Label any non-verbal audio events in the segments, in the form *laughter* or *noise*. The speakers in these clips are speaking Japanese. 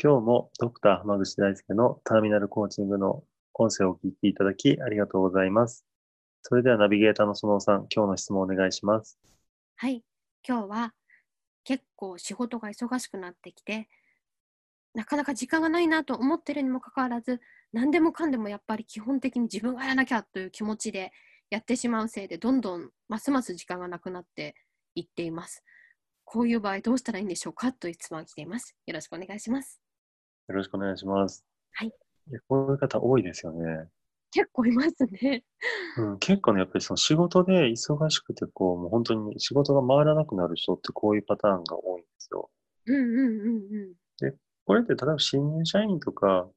今日もドクター浜口大輔のターミナルコーチングの音声をお聞きいただきありがとうございますそれではナビゲーターの園さん今日の質問お願いしますはい今日は結構仕事が忙しくなってきてなかなか時間がないなと思ってるにもかかわらず何でもかんでもやっぱり基本的に自分がやらなきゃという気持ちでやってしまうせいでどんどんますます時間がなくなっていっていますこういう場合どうしたらいいんでしょうかという質問が来ていますよろしくお願いしますよろしくお願いしますはいやこういう方多いですよね、結構いますねうん、結構ねやっぱりその仕事で忙しくてこうもう本当に仕事が回らなくなる人ってこういうパターンが多いんですようんうんうんうんこれって例えば新入社員とか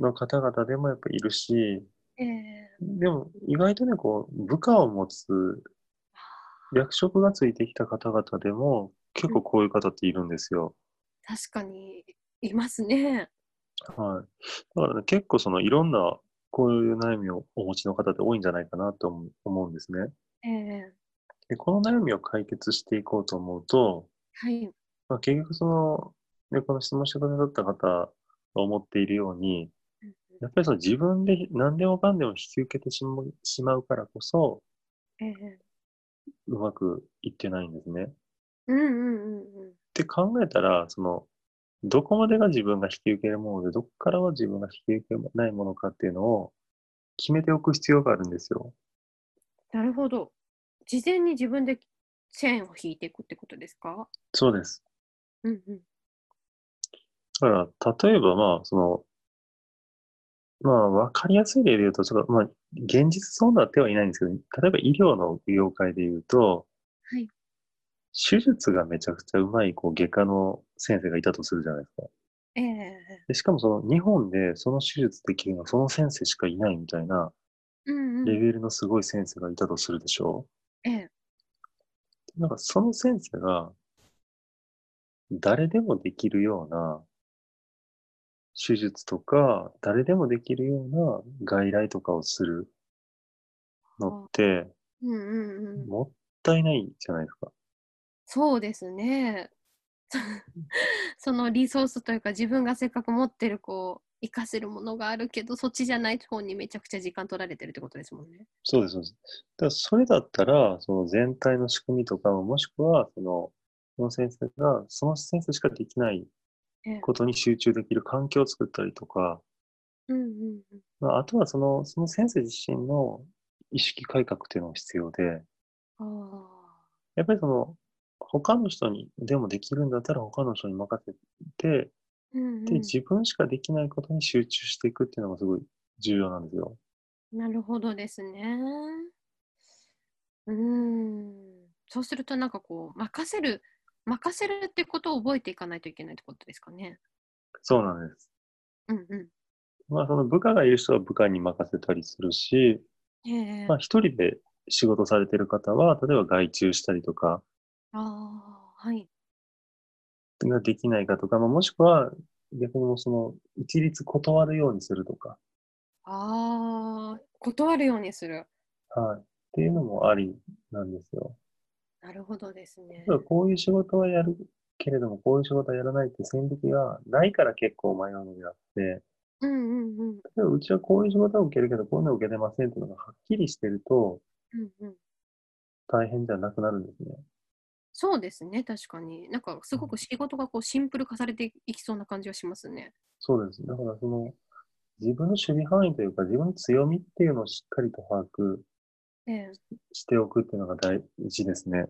の方々でもやっぱいるしええでも意外とねこう部下を持つ役職がついてきた方々でも結構こういう方っているんですよ。確かにいますねはい、だからね結構そのいろんなこういう悩みをお持ちの方って多いんじゃないかなと思う思うんですね。ええでこの悩みを解決していこうと思うと、はいまあ、結局その、ね、この質問してくださった方が思っているようにうんうんやっぱりその自分で何でもかんでも引き受けてしまうしまうからこそええうまくいってないんですね。うんうんうんうんって考えたら、その、どこまでが自分が引き受けるもので、どこからは自分が引き受けないものかっていうのを決めておく必要があるんですよ。なるほど。事前に自分で線を引いていくってことですかそうです。うんうん。だから、例えばまあ、その、まあ、わかりやすい例で言うと、ちょっと、まあ、現実そうなってはいないんですけど、例えば医療の業界で言うと、はい手術がめちゃくちゃうまい、こう、外科の先生がいたとするじゃないですか。ええでしかもその、日本でその手術できるのはその先生しかいないみたいな、うんうん。レベルのすごい先生がいたとするでしょええう。なんかその先生が、誰でもできるような手術とか、誰でもできるような外来とかをするのって、うんうんうん。もったいないじゃないですか。そうですね。 *laughs* そのリソースというか自分がせっかく持ってるこう活かせるものがあるけどそっちじゃない方にめちゃくちゃ時間取られてるってことですもんね。そうです、そうです。だからそれだったら、その全体の仕組みとかも、もしくは、その、その先生が、その先生しかできないええことに集中できる環境を作ったりとか、うんうんうん。まあ、あとはその、その先生自身の意識改革っていうのが必要で、ああ。やっぱりその、他の人にでもできるんだったら他の人に任せて、うんうで、ん、自分しかできないことに集中していくっていうのがすごい重要なんですよ。なるほどですね。うーん。そうするとなんかこう任せる任せるってことを覚えていかないといけないってことですかね。そうなんです。うんうまあ、その部下がいる人は部下に任せたりするし、ん。ええまあ、一人で仕事されてる方は、例えば外注したりとかああはい。ができないかとか、まあ、もしくは逆にもうその、一律断るようにするとか、ああ断るようにする。はい。っていうのもありなんですよ。なるほどですね。ただこういう仕事はやるけれども、こういう仕事はやらないって線引きがないから結構迷うのであって、うんうんうん例えばうちはこういう仕事は受けるけど、こういうのは受けてませんっていうのがはっきりしてるとうんうん。大変じゃなくなるんですね。そうですね確かになんかすごく仕事がこうシンプル化されていきそうな感じがしますね。そうです。だからその、自分の守備範囲というか、自分の強みっていうのをしっかりと把握ええしておくっていうのが大事ですね。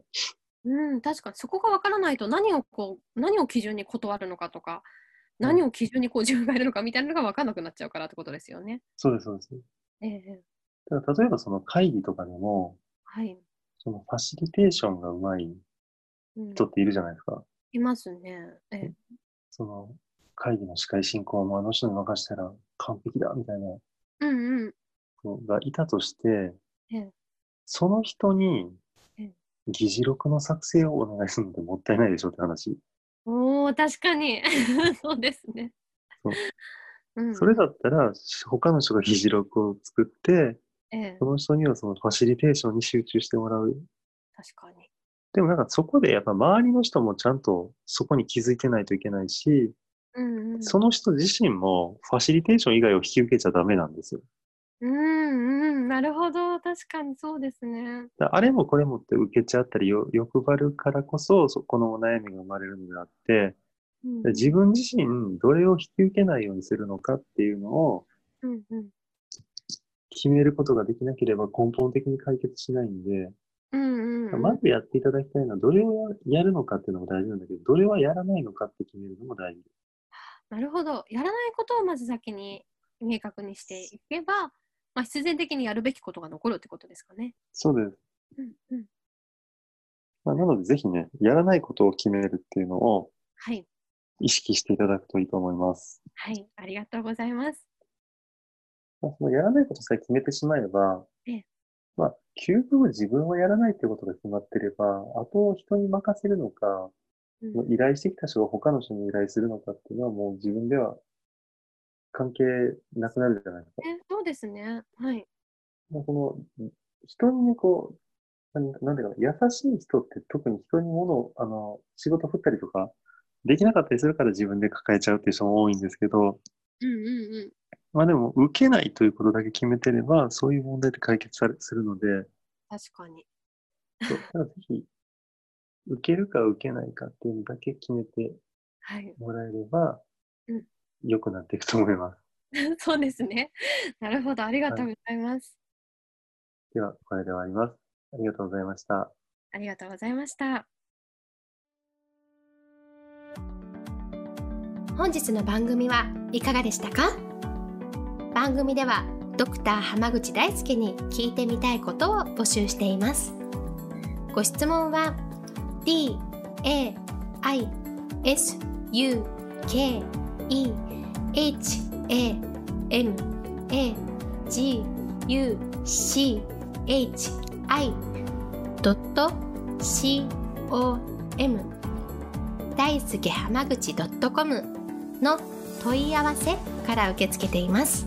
うん、確かにそこがわからないと何をこう何を基準に断るのかとかうん何を基準にこう自分がやるのかみたいなのが分かんなくなっちゃうからってことですよね。そうです、そうです。ええだから例えばその会議とかでも、はい、そのファシリテーションが上手いうん人っているじゃないですか。いますね。えその、会議の司会進行もあの人に任せたら完璧だみたいなうんうん。人がいたとしてええ、その人にええ、議事録の作成をお願いするのってもったいないでしょって話。おお、確かに。 *laughs* そうですね。そううん、それだったら、他の人が議事録を作って、ええそ、の人にはそのファシリテーションに集中してもらう。確かに。でもなんかそこでやっぱ周りの人もちゃんとそこに気づいてないといけないし、うんうん。その人自身もファシリテーション以外を引き受けちゃダメなんですよ。うんうん。なるほど。確かにそうですね。だあれもこれもって受けちゃったりよ欲張るからこそ、そこのお悩みが生まれるのであって、うんで自分自身どれを引き受けないようにするのかっていうのをうんうん。決めることができなければ根本的に解決しないんで、うんうん。まずやっていただきたいのは、どれをややるのかっていうのも大事なんだけど、どれはやらないのかって決めるのも大事。なるほど。やらないことをまず先に明確にしていけば、まあ、必然的にやるべきことが残るってことですかね。そうです。うんうん。まあ、なので、ぜひね、やらないことを決めるっていうのをはい。意識していただくといいと思います。はい。ありがとうございます。まあ、そのやらないことさえ決めてしまえばええ、まあ、究極自分はやらないってことが決まってれば、あとを人に任せるのか、うん依頼してきた人が他の人に依頼するのかっていうのはもう自分では関係なくなるじゃないですか。えそうですね。はい。まあ、この、人にね、こう、なんなんていうかな、優しい人って特に人に物を、あの、仕事振ったりとか、できなかったりするから自分で抱えちゃうっていう人も多いんですけど、うんうんうん。まあでも、受けないということだけ決めてれば、そういう問題で解決されするので、確かに。 *laughs* そうだからぜひ、受けるか受けないかっていうのだけ決めてはい。 *laughs* もらえればうん、良くなっていくと思います。そうですね。なるほど。ありがとうございます。では、これで終わります。ありがとうございました。ありがとうございました。本日の番組はいかがでしたか番組ではドクター濱口大輔に聞いてみたいことを募集していますご質問は d a i s u k e h a m a g u c h i c o m 大輔濱口 .com の問い合わせから受け付けています